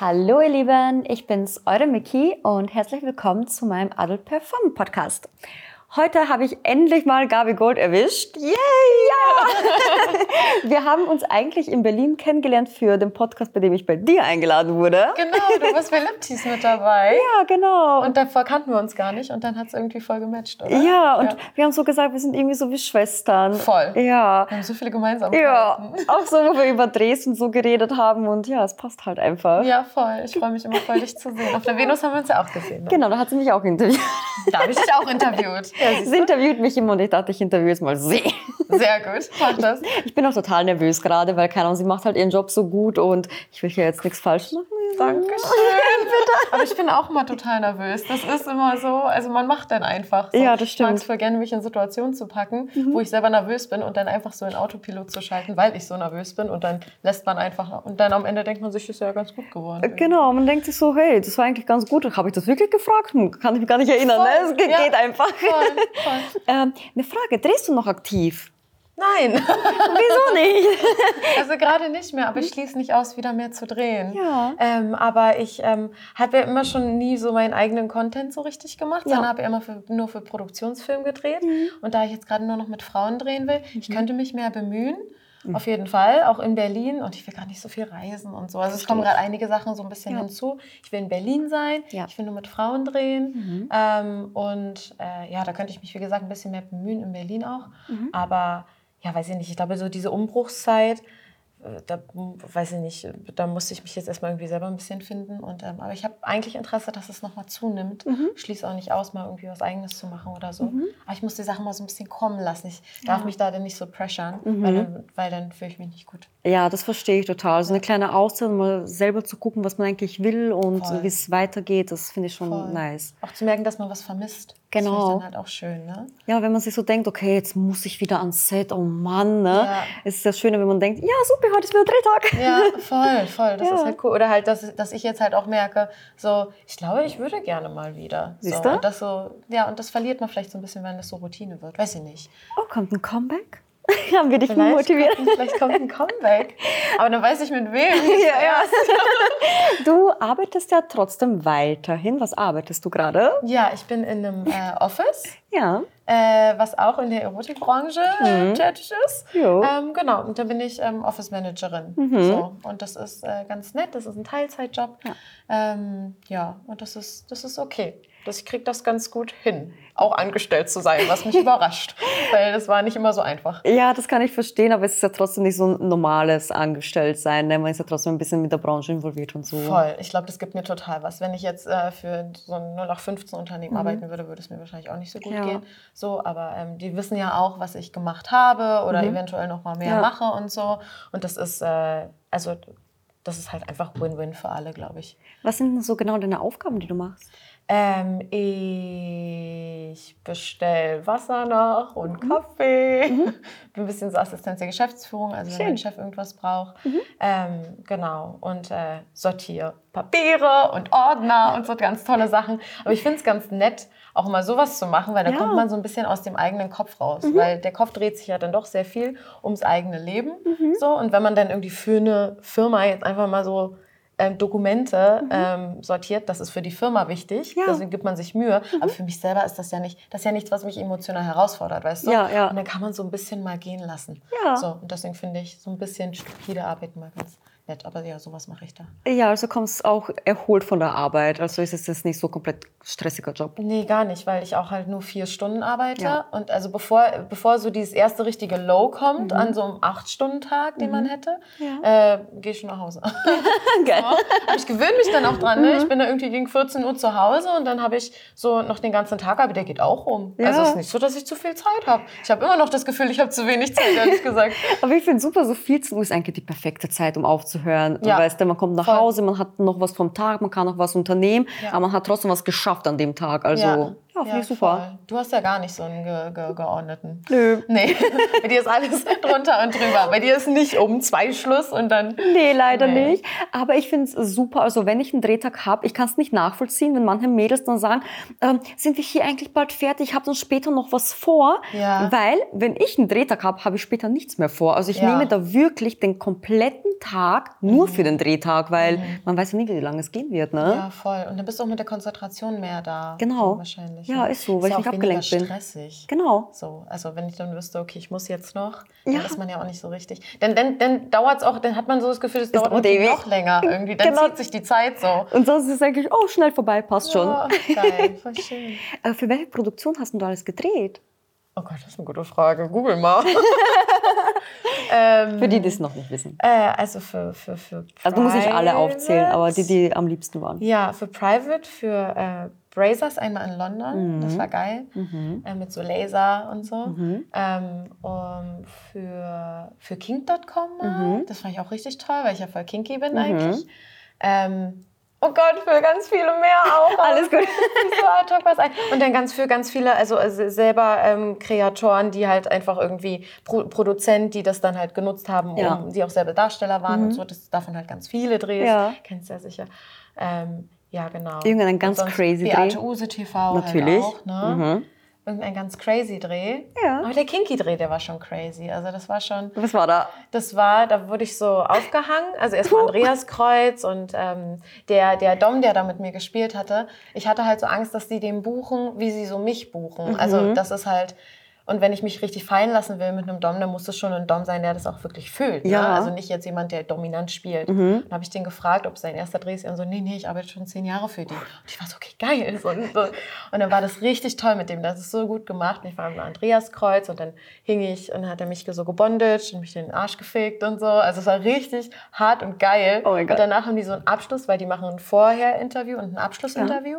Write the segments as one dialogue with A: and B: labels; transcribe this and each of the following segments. A: Hallo ihr Lieben, ich bin's, eure Miki und herzlich willkommen zu meinem Adult Perform Podcast. Heute habe ich endlich mal Gabi Gold erwischt. Yay! Ja! Wir haben uns eigentlich in Berlin kennengelernt für den Podcast, bei dem ich bei dir eingeladen wurde.
B: Genau, du warst bei Liptis mit dabei.
A: Ja, genau. äh?
B: Und davor kannten wir uns gar nicht und dann hat es irgendwie voll gematcht, oder?
A: ja, und wir haben so gesagt, wir sind irgendwie so wie Schwestern.
B: Voll.
A: Ja.
B: Wir haben so viele Gemeinsamkeiten.
A: Ja, auch so, wo wir über Dresden so geredet haben und ja, es passt halt einfach.
B: Ja, voll. Ich freue mich immer voll, dich zu sehen. Auf der Venus haben wir uns ja auch gesehen. Ne?
A: Genau, da hat sie mich auch interviewt.
B: Da habe ich dich auch interviewt. Ja,
A: Sie interviewt mich immer und ich dachte, ich interviewe jetzt mal sie.
B: sehr gut. Mach das.
A: Ich bin auch total nervös gerade, weil keine Ahnung, sie macht halt ihren Job so gut und ich will hier jetzt nichts falsch machen.
B: Dankeschön. Aber ich bin auch immer total nervös. Das ist immer so, also man macht dann einfach. So.
A: Ja, das
B: Ich mag
A: stimmt. Mhm.
B: es voll gerne, mich in Situationen zu packen, wo ich selber nervös bin und dann einfach so in Autopilot zu schalten, weil ich so nervös bin und dann lässt man einfach. Und dann am Ende denkt man sich, ist ja ganz gut geworden.
A: Genau, man denkt sich so, hey, das war eigentlich ganz gut. Habe ich das wirklich gefragt? Hm, Kann ich mich gar nicht erinnern. Ne? Es
B: Voll,
A: geht
B: ja.
A: geht einfach.
B: Voll, voll.
A: Ähm, eine Frage, drehst du noch aktiv?
B: Nein.
A: Wieso nicht?
B: Also gerade nicht mehr, aber ich schließe nicht aus, wieder mehr zu drehen.
A: Ja.
B: Ähm, aber ich ähm, habe ja immer schon nie so meinen eigenen Content so richtig gemacht, sondern habe ja Mhm. immer für, nur für Produktionsfilm gedreht. Und da ich jetzt gerade nur noch mit Frauen drehen will, ich könnte mich mehr bemühen. Auf jeden Fall, auch in Berlin. Und ich will gar nicht so viel reisen und so. Also es kommen gerade einige Sachen so ein bisschen
A: Ja.
B: hinzu. Ich will in Berlin sein,
A: Ja. Mhm.
B: ich will nur mit Frauen drehen. Ähm, und äh, ja, da könnte ich mich, wie gesagt, ein bisschen mehr bemühen in Berlin auch.
A: Mhm.
B: Aber ja, weiß ich nicht, ich glaube, so diese Umbruchszeit, äh, da mm, weiß ich nicht, da musste ich mich jetzt erstmal irgendwie selber ein bisschen finden. Und, ähm, aber ich habe eigentlich Interesse, dass es nochmal zunimmt.
A: Mhm.
B: Schließe auch nicht aus, mal irgendwie was Eigenes zu machen oder so. Aber ich muss die Sachen mal so ein bisschen kommen lassen. Ich darf mich da dann nicht so pressern,
A: Mhm.
B: weil dann, weil dann fühle ich mich nicht gut.
A: Ja, das verstehe ich total. So eine kleine Auszeit, um mal selber zu gucken, was man eigentlich will und
B: Voll.
A: wie es weitergeht, das finde ich schon
B: Voll.
A: nice.
B: Auch zu merken, dass man was vermisst.
A: Genau.
B: Das finde ich dann halt auch schön, ne?
A: Ja, wenn man sich so denkt, okay, jetzt muss ich wieder ans Set, oh Mann, ne?
B: Ja.
A: Es ist das Schöne, wenn man denkt, ja, super, heute ist wieder Drehtag.
B: Ja, voll, voll. Das
A: Ja.
B: ist halt cool. Oder halt, dass, dass ich jetzt halt auch merke, so, ich glaube, ich würde gerne mal wieder.
A: Siehst
B: so,
A: du?
B: Und das so, ja, und das verliert man vielleicht so ein bisschen, wenn das so Routine wird. Weiß ich nicht.
A: Oh, kommt ein Comeback? Haben wir dich
B: Vielleicht
A: motiviert?
B: Kommt, vielleicht kommt ein Comeback. Aber dann weiß ich mit wem.
A: Ja, ja. Du arbeitest ja trotzdem weiterhin. Was arbeitest du gerade?
B: Ja, ich bin in einem äh, Office.
A: Ja.
B: Äh, was auch in der Erotikbranche äh, tätig ist.
A: Jo.
B: Ähm, genau, und da bin ich ähm, Office Managerin. So. Und das ist äh, ganz nett, das ist ein Teilzeitjob.
A: Ja.
B: Ja, ähm, ja und das ist, das ist okay. Das, ich kriege das ganz gut hin, auch angestellt zu sein, was mich überrascht, weil das war nicht immer so einfach.
A: Ja, das kann ich verstehen, aber es ist ja trotzdem nicht so ein normales Angestelltsein. Ne? Man ist ja trotzdem ein bisschen mit der Branche involviert und so.
B: Voll, ich glaube, das gibt mir total was. Wenn ich jetzt äh, für so ein 0815 Unternehmen arbeiten würde, würde es mir wahrscheinlich auch nicht so gut
A: Mhm. Ja.
B: gehen. So, aber ähm, die wissen ja auch, was ich gemacht habe oder eventuell noch mal
A: Mhm.
B: mehr
A: Ja.
B: mache und so. Und das ist, äh, also das ist halt einfach Win-Win für alle, glaube ich.
A: Was sind denn so genau deine Aufgaben, die du machst?
B: Ähm, ich bestelle Wasser nach und
A: Mhm.
B: Kaffee. Bin ein bisschen so Assistenz der Geschäftsführung, also
A: Schön. Mhm.
B: wenn mein Chef irgendwas braucht. Ähm, genau. Und äh, sortiere Papiere und Ordner und so ganz tolle Sachen. Aber ich finde es ganz nett, auch mal sowas zu machen, weil da
A: Ja.
B: kommt man so ein bisschen aus dem eigenen Kopf raus.
A: Mhm.
B: Weil der Kopf dreht sich ja dann doch sehr viel ums eigene Leben.
A: Mhm.
B: So, und wenn man dann irgendwie für eine Firma jetzt einfach mal so ähm, Dokumente ähm, sortiert, das ist für die Firma wichtig,
A: Mhm. Ja. Mhm.
B: deswegen gibt man sich Mühe. Aber für mich selber ist das ja nicht, das ist ja nichts, was mich emotional herausfordert, weißt du?
A: Ja, ja.
B: Und dann kann man so ein bisschen mal gehen lassen.
A: Ja.
B: So, und deswegen finde ich so ein bisschen stupide Arbeit mal ganz nett. Aber ja, sowas mache ich da.
A: Ja, also kommst auch erholt von der Arbeit. Also ist es jetzt nicht so komplett stressiger Job.
B: Nee, gar nicht, weil ich auch halt nur vier Stunden arbeite.
A: Ja.
B: Und also bevor, bevor so dieses erste richtige Low
A: Mhm.
B: kommt, an so einem Acht-Stunden-Tag, den man hätte, äh, gehe ich schon nach Hause. Äh,
A: Geil.
B: Aber ich gewöhne mich dann auch dran.
A: Mhm.
B: Ne? Ich bin da irgendwie gegen 14 Uhr zu Hause und dann habe ich so noch den ganzen Tag, aber der geht auch um.
A: Ja.
B: Also es ist nicht so, dass ich zu viel Zeit habe. Ich habe immer noch das Gefühl, ich habe zu wenig Zeit, ehrlich gesagt.
A: Aber ich finde super, so 14 Uhr ist eigentlich die perfekte Zeit, um aufzuhören.
B: Ja.
A: Weißt du, man kommt nach
B: Voll.
A: Hause, man hat noch was vom Tag, man kann noch was unternehmen,
B: Ja.
A: aber man hat trotzdem was geschafft an dem Tag. Also, ja, finde ich super.
B: voll. Du hast ja gar nicht so einen ge ge geordneten.
A: Nö.
B: Nee, bei dir ist alles drunter und drüber. Bei dir ist nicht um zwei Schluss und dann.
A: Nee, leider
B: Nee.
A: nicht. Aber ich finde es super. Also, wenn ich einen Drehtag habe, ich kann es nicht nachvollziehen, wenn manche Mädels dann sagen, ähm, sind wir hier eigentlich bald fertig? Ich habe dann später noch was vor.
B: Ja.
A: Weil, wenn ich einen Drehtag habe, habe ich später nichts mehr vor. Also, ich
B: Ja. Mhm.
A: nehme da wirklich den kompletten Tag nur für den Drehtag, weil man weiß ja nie, wie lange es gehen wird. Ne?
B: Ja, voll. Und dann bist du auch mit der Konzentration mehr da.
A: Genau.
B: Wahrscheinlich. ne?
A: Ja, ist so, weil ich
B: ja
A: nicht
B: auch weniger
A: abgelenkt bin.
B: stressig.
A: Genau.
B: So, also wenn ich dann wüsste, okay, ich muss jetzt noch,
A: Ja.
B: dann ist man ja auch nicht so richtig. Denn dann, dann dauert es auch, dann hat man so das Gefühl, es dauert
A: dauert
B: irgendwie
A: ewig.
B: noch länger irgendwie. Dann
A: Genau.
B: zieht sich die Zeit so.
A: Und sonst ist es eigentlich, oh, schnell vorbei, passt
B: Ja,
A: schon.
B: geil, voll schön.
A: Äh, für welche Produktion hast denn du alles gedreht?
B: Oh Gott, das ist eine gute Frage. Google mal. ähm,
A: Für die, die es noch nicht wissen.
B: äh, also für, für, für
A: Also du musst nicht alle aufzählen, aber die,
B: Private.
A: die am liebsten waren.
B: Ja, für Private, für äh, Brazers einmal in London,
A: Mhm.
B: das war geil, äh, mit so Laser und so.
A: Mhm.
B: Ähm, um, für, für Kink.com mal,
A: Mhm.
B: das fand ich auch richtig toll, weil ich ja voll kinky bin eigentlich. Ähm, oh Gott, für ganz viele mehr auch.
A: Alles gut.
B: So, ah, Talk was ein. Und dann ganz für ganz viele, also äh, selber ähm, Kreatoren, die halt einfach irgendwie Pro Produzent, die das dann halt genutzt haben,
A: Ja. Mhm.
B: um, die auch selber Darsteller waren und so. Das, davon halt ganz viele Drehs.
A: Ja.
B: Kennst du ja sicher. Ähm, ja, genau.
A: Irgendein ganz
B: Und sonst
A: crazy Dreh.
B: Beate Use TV
A: Natürlich. Mhm.
B: halt auch, ne? Irgendein ganz crazy Dreh.
A: Ja.
B: Aber der Kinky-Dreh, der war schon crazy. Also das war schon,
A: Was war da?
B: das war, da wurde ich so aufgehangen. Also erstmal Andreas Kreuz und ähm, der, der Dom, der da mit mir gespielt hatte. Ich hatte halt so Angst, dass die den buchen, wie sie so mich buchen.
A: Mhm.
B: Also das ist halt. Und wenn ich mich richtig fallen lassen will mit einem Dom, dann muss es schon ein Dom sein, der das auch wirklich fühlt. Ne?
A: Ja.
B: Also nicht jetzt jemand, der dominant spielt.
A: Mhm.
B: Dann habe ich den gefragt, ob sein erster Dreh ist. Und so, nee, nee, ich arbeite schon zehn Jahre für die. Und ich war so, okay, geil. So, und, so. und dann war das richtig toll mit dem. Das ist so gut gemacht. Und ich war am Andreaskreuz und dann hing ich und dann hat er mich so gebondet und mich den Arsch gefegt und so. Also es war richtig hart und geil.
A: Oh mein Gott.
B: Und danach haben die so einen Abschluss, weil die machen ein Vorher-Interview und ein Abschlussinterview.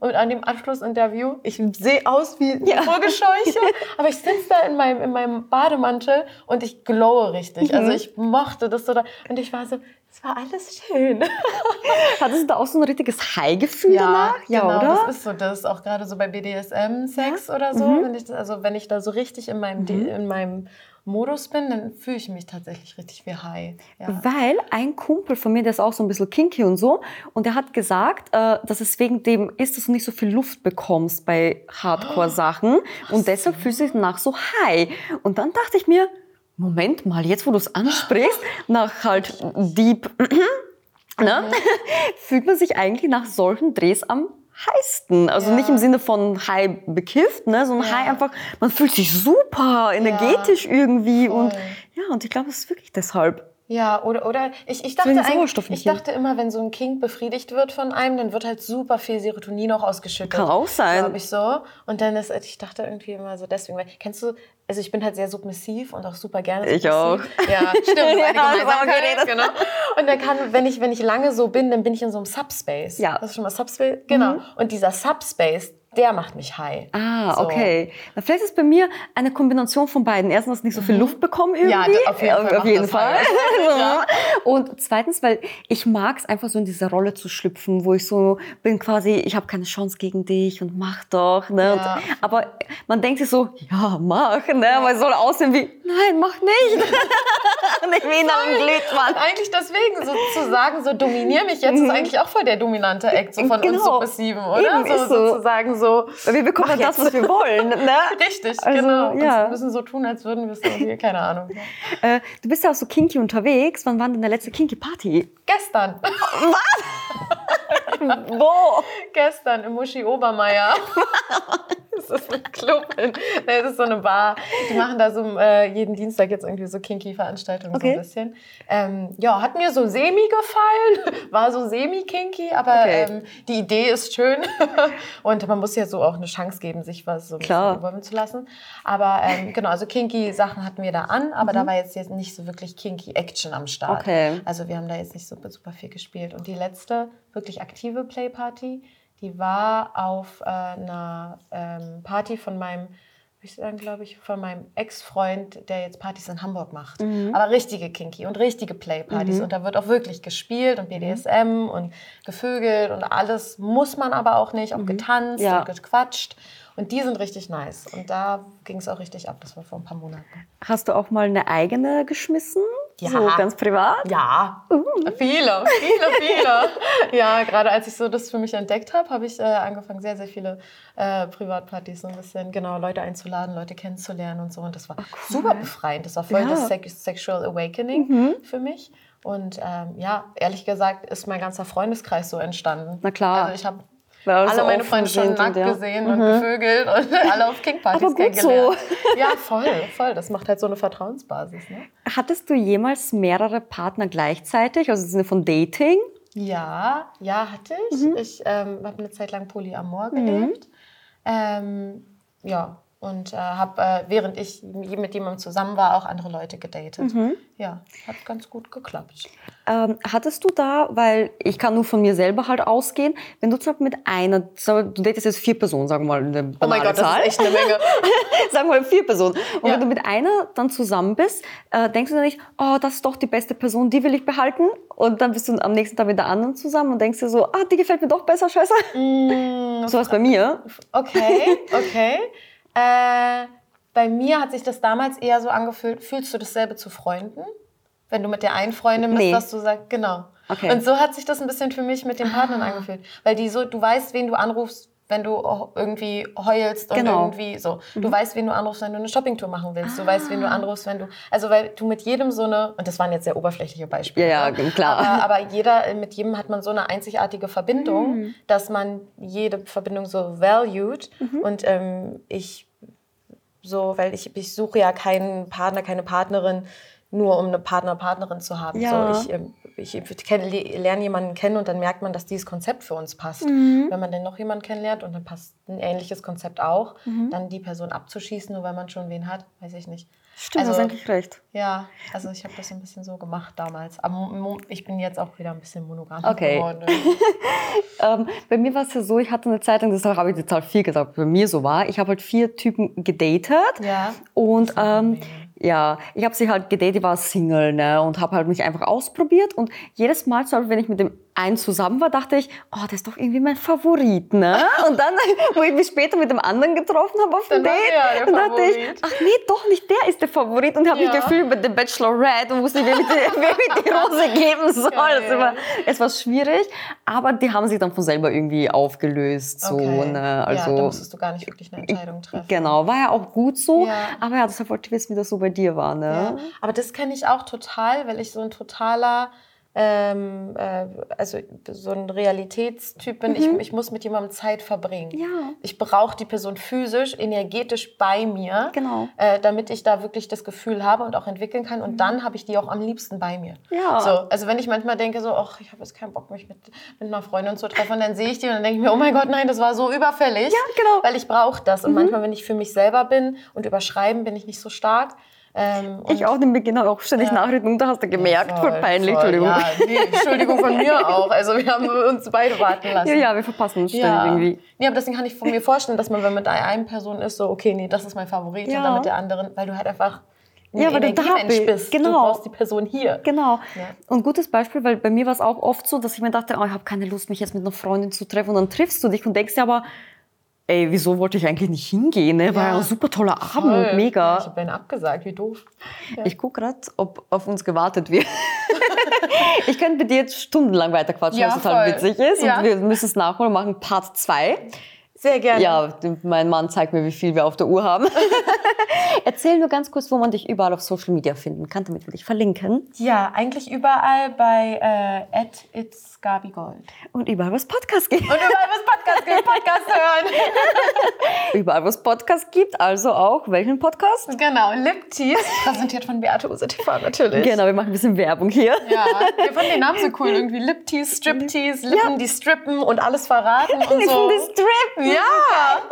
B: Und an dem Abschlussinterview, ich sehe aus wie ein
A: Mhm. Ja.
B: Vogelscheuche, aber ich sitze da in meinem, in meinem Bademantel und ich glowe richtig. Also
A: Mhm.
B: ich mochte das so. Da. Und ich war so, es war alles schön.
A: Hattest du da auch so ein richtiges High-Gefühl danach? Ja,
B: genau,
A: oder? Mhm.
B: das ist so das. Auch gerade so bei BDSM-Sex oder so. Wenn ich, das- also wenn ich da so richtig in meinem, De- in meinem Modus bin, dann fühle ich mich tatsächlich richtig wie high. Ja.
A: Weil ein Kumpel von mir, der ist auch so ein bisschen kinky und so, und der hat gesagt, äh, dass es wegen dem ist, dass du nicht so viel Luft bekommst bei Hardcore-Sachen und deshalb fühlst du dich nach so high. Und dann dachte ich mir, Moment mal, jetzt wo du es ansprichst, nach halt deep, ne,
B: Mhm.
A: fühlt man sich eigentlich nach solchen Drehs am heißsten. Also
B: Ja.
A: nicht im Sinne von high bekifft, ne, sondern
B: Ja.
A: high einfach, man fühlt sich super energetisch irgendwie und
B: voll.
A: ja, und ich glaube, es ist wirklich deshalb.
B: Ja, oder, oder ich,
A: den
B: ich, dachte eigentlich,
A: Sauerstoff nicht
B: ich
A: hin.
B: dachte immer, wenn so ein Kink befriedigt wird von einem, dann wird halt super viel Serotonin auch ausgeschüttet.
A: Kann auch sein.
B: Glaube ich so. Und dann ist, ich dachte irgendwie immer so deswegen, weil, kennst du, also ich bin halt sehr submissiv und auch super gerne
A: Ich
B: submissiv.
A: auch.
B: Ja,
A: Ja,
B: stimmt. Das ist eine
A: das haben wir
B: Gemeinsamkeit,
A: geredet.
B: genau. Und dann kann, wenn ich, wenn ich lange so bin, dann bin ich in so einem Subspace.
A: Ja. Mhm.
B: Hast du schon mal Subspace? Genau. Und dieser Subspace, der macht mich high.
A: Ah,
B: So.
A: okay. Dann vielleicht ist bei mir eine Kombination von beiden. Erstens, dass ich nicht so viel Luft bekomme irgendwie.
B: Mhm. Ja, auf jeden Fall
A: Auf
B: macht
A: jeden
B: das
A: Fall.
B: Ja.
A: Und zweitens, weil ich mag es einfach so in diese Rolle zu schlüpfen, wo ich so bin quasi, ich habe keine Chance gegen dich und mach doch. Ne?
B: Ja.
A: Und, aber man denkt sich so, ja, mach. Ne? Aber es soll aussehen wie, nein, mach nicht. und ich bin am Glück,
B: Und eigentlich deswegen, so zu sagen, so dominier mich jetzt, ist eigentlich auch voll der dominante Act so von uns
A: Mhm. Genau.
B: Submissiven, oder?
A: Eben,
B: so,
A: ist so.
B: Sozusagen so.
A: Mann. Wir bekommen
B: Mach
A: das,
B: jetzt.
A: was wir wollen. Ne?
B: Richtig,
A: Also,
B: genau.
A: ja.
B: Und müssen so tun, als würden wir es irgendwie, keine Ahnung.
A: Äh, du bist ja auch so kinky unterwegs. Wann war denn der letzte kinky Party?
B: Gestern,
A: Wo?
B: gestern im Muschi Obermeier. Das ist ein Club, in, nee, das ist so eine Bar. Die machen da so äh, jeden Dienstag jetzt irgendwie so kinky Veranstaltungen
A: Okay.
B: so ein bisschen. Ähm, ja, hat mir so semi gefallen, war so semi kinky, aber
A: Okay.
B: ähm, die Idee ist schön und man muss ja so auch eine Chance geben, sich was so ein
A: Klar.
B: bisschen überwimmen zu lassen. Aber ähm, genau, also kinky Sachen hatten wir da an, aber da war jetzt jetzt nicht so wirklich kinky Action am Start.
A: Okay.
B: Also wir haben da jetzt nicht super, super viel gespielt. Und die letzte wirklich aktive Playparty, die war auf äh, einer ähm, Party von meinem, wie ich sagen, glaube ich, von meinem Ex-Freund, der jetzt Partys in Hamburg macht. Aber richtige Kinky und richtige Playpartys. Und da wird auch wirklich gespielt und BDSM und gevögelt und alles muss man aber auch nicht, auch getanzt
A: Ja.
B: und gequatscht. Und die sind richtig nice. Und da ging es auch richtig ab. Das war vor ein paar Monaten.
A: Hast du auch mal eine eigene geschmissen? Ja. So ganz privat?
B: Ja. Uh. Viele, viele, viele. ja, gerade als ich so das für mich entdeckt habe, habe ich äh, angefangen, sehr, sehr viele äh, Privatpartys so ein bisschen, genau, Leute einzuladen, Leute kennenzulernen und so. Und das war Ach, Oh, cool. super befreiend. Das war voll ja. das Se Sexual Awakening mhm. für mich. Und ähm, ja, ehrlich gesagt ist mein ganzer Freundeskreis so entstanden.
A: Na klar.
B: Also ich habe alle so meine Freunde schon nackt und, ja. gesehen mhm. und gevögelt und alle auf King-Partys Aber gut So. Ja, voll, voll. Das macht halt so eine Vertrauensbasis. Ne?
A: Hattest du jemals mehrere Partner gleichzeitig, also im Sinne von Dating?
B: Ja, ja, hatte ich. Mhm. Ich ähm, habe eine Zeit lang Polyamor gelebt. Mhm. Ähm, ja, und äh, habe, äh, während ich mit jemandem zusammen war, auch andere Leute gedatet. Mhm. Ja, hat ganz gut geklappt.
A: Ähm, hattest du da, weil ich kann nur von mir selber halt ausgehen, wenn du zum Beispiel mit einer, du datest jetzt vier Personen, sagen wir mal, eine banale
B: Oh mein Gott,
A: Zahl.
B: das ist echt eine Menge.
A: sagen wir mal vier Personen. Und ja. wenn du mit einer dann zusammen bist, äh, denkst du dann nicht, oh, das ist doch die beste Person, die will ich behalten. Und dann bist du am nächsten Tag mit der anderen zusammen und denkst dir so, ah, die gefällt mir doch besser, scheiße. Mm, so was bei mir.
B: Okay, okay. Äh, bei mir hat sich das damals eher so angefühlt, fühlst du dasselbe zu Freunden? Wenn du mit der einen Freundin bist, nee. dass du sagst, genau. Okay. Und so hat sich das ein bisschen für mich mit den Partnern ah. angefühlt. Weil die so, du weißt, wen du anrufst, wenn du irgendwie heulst und genau. irgendwie so. Du mhm. weißt, wen du anrufst, wenn du eine Shoppingtour machen willst. Ah. Du weißt, wen du anrufst, wenn du. Also, weil du mit jedem so eine. Und das waren jetzt sehr oberflächliche Beispiele.
A: Ja, ja klar.
B: ne? Aber, aber, jeder, äh, mit jedem hat man so eine einzigartige Verbindung, mhm. dass man jede Verbindung so valued. Mhm. Und ähm, ich. So, weil ich, ich suche ja keinen Partner, keine Partnerin, nur um eine Partner, Partnerin zu haben. Ja. So, ich, ähm, ich, ich kenn, lerne jemanden kennen und dann merkt man, dass dieses Konzept für uns passt. Mhm. Wenn man dann noch jemanden kennenlernt und dann passt ein ähnliches Konzept auch, mhm. dann die Person abzuschießen, nur weil man schon wen hat, weiß ich nicht.
A: Stimmt, also, das eigentlich recht.
B: Ja, also ich habe das ein bisschen so gemacht damals. Aber ich bin jetzt auch wieder ein bisschen monogam
A: okay.
B: geworden.
A: ähm, bei mir war es ja so, ich hatte eine Zeit lang, deshalb habe ich die Zahl viel gesagt, bei mir so war, ich habe halt vier Typen gedatet.
B: Ja.
A: Und ähm, ja, ich habe sie halt gedatet, ich war Single ne, und habe halt mich einfach ausprobiert. Und jedes Mal, zum Beispiel, wenn ich mit dem einen zusammen war, dachte ich, oh, das ist doch irgendwie mein Favorit. Ne? Und dann, wo ich mich später mit dem anderen getroffen habe auf dem Date, ja dann dachte ich, ach nee, doch nicht, der ist der Favorit. Und habe ja. mich gefühlt mit dem Bachelorette und wusste nicht, wer mir die, die, Rose geben soll. Ja, ja. War, es war schwierig, aber die haben sich dann von selber irgendwie aufgelöst. So, okay. ne? also,
B: ja, da musstest du gar nicht wirklich eine Entscheidung treffen.
A: Genau, war ja auch gut so. Aber ja, deshalb wollte ich wissen, wie das so bei dir war. Ne? Ja,
B: aber das kenne ich auch total, weil ich so ein totaler, ähm, äh, also so ein Realitätstyp bin. Mhm. Ich, ich, muss mit jemandem Zeit verbringen.
A: Ja.
B: Ich brauche die Person physisch, energetisch bei mir,
A: genau.
B: äh, damit ich da wirklich das Gefühl habe und auch entwickeln kann. Und mhm. dann habe ich die auch am liebsten bei mir.
A: Ja.
B: So, also wenn ich manchmal denke, so, ach, ich habe jetzt keinen Bock, mich mit, mit einer Freundin zu treffen, und dann sehe ich die und dann denke ich mir, oh mein Gott, nein, das war so überfällig.
A: Ja, genau.
B: Weil ich brauche das. Und mhm. manchmal, wenn ich für mich selber bin und überschreiben, bin ich nicht so stark.
A: Ähm, ich auch, den Beginn auch ständig ja. Nachrichten und da hast du gemerkt, voll, voll peinlich,
B: voll,
A: Entschuldigung.
B: Ja, nee, Entschuldigung von mir auch. Also wir haben uns beide warten lassen.
A: Ja, ja wir verpassen uns ständig ja. irgendwie.
B: Ja, aber deswegen kann ich von mir vorstellen, dass man, wenn man mit einer Person ist, so, okay, nee, das ist mein Favorit ja. und dann mit der anderen, weil du halt einfach
A: ja, weil du da
B: bist. Genau. Du brauchst die Person hier.
A: Genau. Ja. Und gutes Beispiel, weil bei mir war es auch oft so, dass ich mir dachte, oh, ich habe keine Lust, mich jetzt mit einer Freundin zu treffen. Und dann triffst du dich und denkst dir aber, ey, wieso wollte ich eigentlich nicht hingehen? Ne? War ja, ja ein super toller Abend, Voll. mega.
B: Ich habe einen abgesagt, wie doof.
A: Ja. Ich gucke gerade, ob auf uns gewartet wird. ich könnte mit dir jetzt stundenlang weiterquatschen, ja, was total voll. witzig ist. Ja. Und wir müssen es nachholen, machen Part 2.
B: Sehr gerne.
A: Ja, mein Mann zeigt mir, wie viel wir auf der Uhr haben. Erzähl nur ganz kurz, wo man dich überall auf Social Media finden kann, damit wir dich verlinken.
B: Ja, eigentlich überall bei äh, at itsgabigold.
A: Und überall, wo es Podcast gibt.
B: Und überall, wo es Podcast gibt, Podcast hören.
A: überall, wo es Podcast gibt, also auch welchen Podcast?
B: Genau, Liptease, präsentiert von Beate Use TV natürlich.
A: Genau, wir machen ein bisschen Werbung hier.
B: Ja, wir fanden den Namen so cool, irgendwie Liptease, Striptease, Lippen, ja. die strippen und alles verraten und
A: Lippen,
B: so.
A: die strippen.
B: Also, Ja!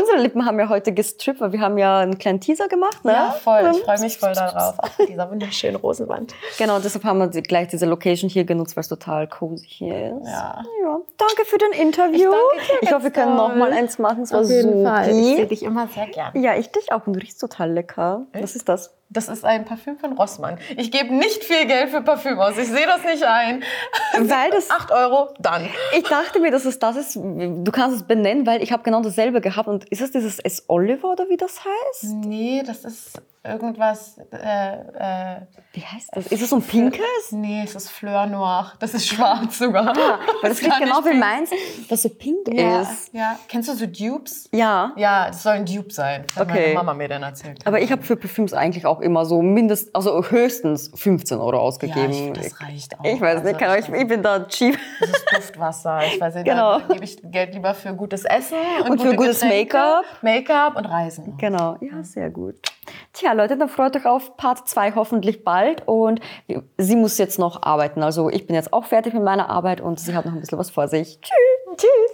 A: Unsere Lippen haben ja heute gestrippt, weil wir haben ja einen kleinen Teaser gemacht. Ne?
B: Ja, voll. Ich freue mich voll darauf. Ach, dieser wunderschönen Rosenwand.
A: Genau, deshalb haben wir gleich diese Location hier genutzt, weil es total cozy hier ist.
B: Ja.
A: ja. Danke für dein Interview.
B: Ich, danke
A: ich hoffe, wir können noch mal eins machen. Es
B: war Auf jeden super. Fall. Ich sehe dich immer sehr gerne.
A: Ja, ich dich auch. Und du riechst total lecker.
B: Ich?
A: Was ist das?
B: Das ist ein Parfüm von Rossmann. Ich gebe nicht viel Geld für Parfüm aus. Ich sehe das nicht ein.
A: Weil das-
B: 8 Euro, dann.
A: Ich dachte mir, dass es das ist. Du kannst es benennen, weil ich habe genau dasselbe gehabt. Und ist es dieses S. Oliver oder wie das heißt?
B: Nee, das ist irgendwas. Äh, äh,
A: Wie heißt das? Also, Ist es so ein pinkes?
B: nee, es ist Fleur Noir. Das ist schwarz sogar.
A: Ah, weil das
B: ist gar
A: klingt genau
B: nicht
A: wie
B: pink.
A: meins, das so pink
B: Ja,
A: ist.
B: ja. Kennst du so Dupes?
A: Ja.
B: Ja, das soll ein Dupe sein. Das hat
A: Okay.
B: meine Mama mir dann erzählt.
A: Aber ich habe für Parfüms eigentlich auch immer so mindestens, also höchstens 15 Euro
B: ja,
A: ausgegeben.
B: ich, find, das reicht auch.
A: Ich weiß nicht, kann
B: Also,
A: euch, ich bin da cheap.
B: Das ist Duftwasser. Ich weiß nicht,
A: Genau.
B: da gebe ich Geld lieber für gutes Essen
A: Und für
B: gute
A: gutes
B: Getränke,
A: Make-up.
B: Make-up und Reisen.
A: Genau, ja, sehr gut. Tja, Leute, dann freut euch auf Part 2 hoffentlich bald. Und sie muss jetzt noch arbeiten. Also ich bin jetzt auch fertig mit meiner Arbeit und sie hat noch ein bisschen was vor sich. Tschüss. Tschüss.